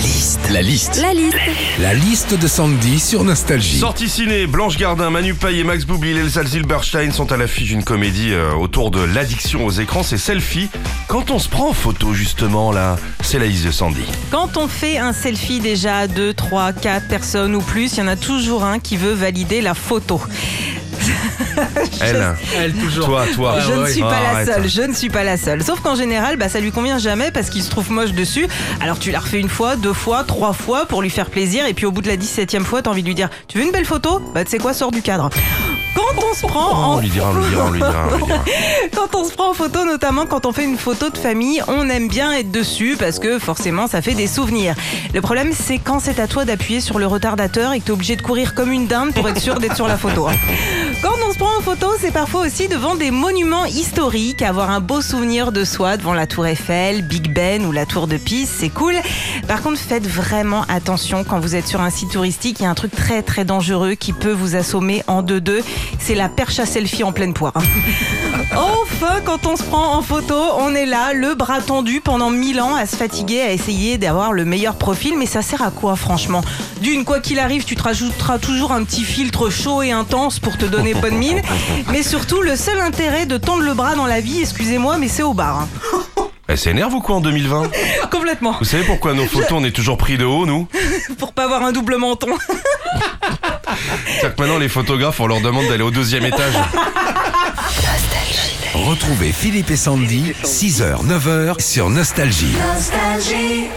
liste. La liste. La liste. La liste de Sandy sur Nostalgie. Sortie ciné, Blanche Gardin, Manu Paillet, Max Boublil et Elsa Zilberstein sont à l'affiche d'une comédie euh, autour de l'addiction aux écrans, c'est Selfie. Quand on se prend en photo justement là, c'est la liste de Sandy. Quand on fait un selfie déjà à 2, 3, 4 personnes ou plus, il y en a toujours un qui veut valider la photo. Elle, Elle toujours. toi, toi. je ne suis pas Ah, la arrête. seule, je ne suis pas la seule. Sauf qu'en général, bah, ça lui convient jamais parce qu'il se trouve moche dessus. Alors tu la refais une fois, deux fois, trois fois pour lui faire plaisir. Et puis au bout de la 17 e fois, t'as envie de lui dire Tu veux une belle photo Bah tu sais quoi, sors du cadre. Quand on se prend en Oh, On lui dira, on lui dira, on lui dira, on lui dira. quand on se prend en photo, notamment quand on fait une photo de famille, on aime bien être dessus parce que forcément ça fait des souvenirs. Le problème c'est quand c'est à toi d'appuyer sur le retardateur et que t'es obligé de courir comme une dinde pour être sûr d'être sur la photo. hein. Quand on se prend en photo, c'est parfois aussi devant des monuments historiques. Avoir un beau souvenir de soi devant la tour Eiffel, Big Ben ou la tour de Pise, c'est cool. Par contre, faites vraiment attention quand vous êtes sur un site touristique, il y a un truc très très dangereux qui peut vous assommer en deux-deux. C'est la perche à selfie en pleine poire. hein. Enfin, quand on se prend en photo, on est là, le bras tendu pendant mille ans à se fatiguer, à essayer d'avoir le meilleur profil. Mais ça sert à quoi, franchement D'une, quoi qu'il arrive, tu te rajouteras toujours un petit filtre chaud et intense pour te donner bonne mine. Mais surtout, le seul intérêt de tendre le bras dans la vie, excusez-moi, mais c'est au bar. hein. Elle s'énerve ou quoi en 2020 Complètement. Vous savez pourquoi nos photos on est toujours pris de haut nous Pour pas avoir un double menton. C'est-à-dire que maintenant les photographes on leur demande d'aller au deuxième étage. Retrouvez Philippe et Sandy, 6h, 9h sur Nostalgie. Nostalgie.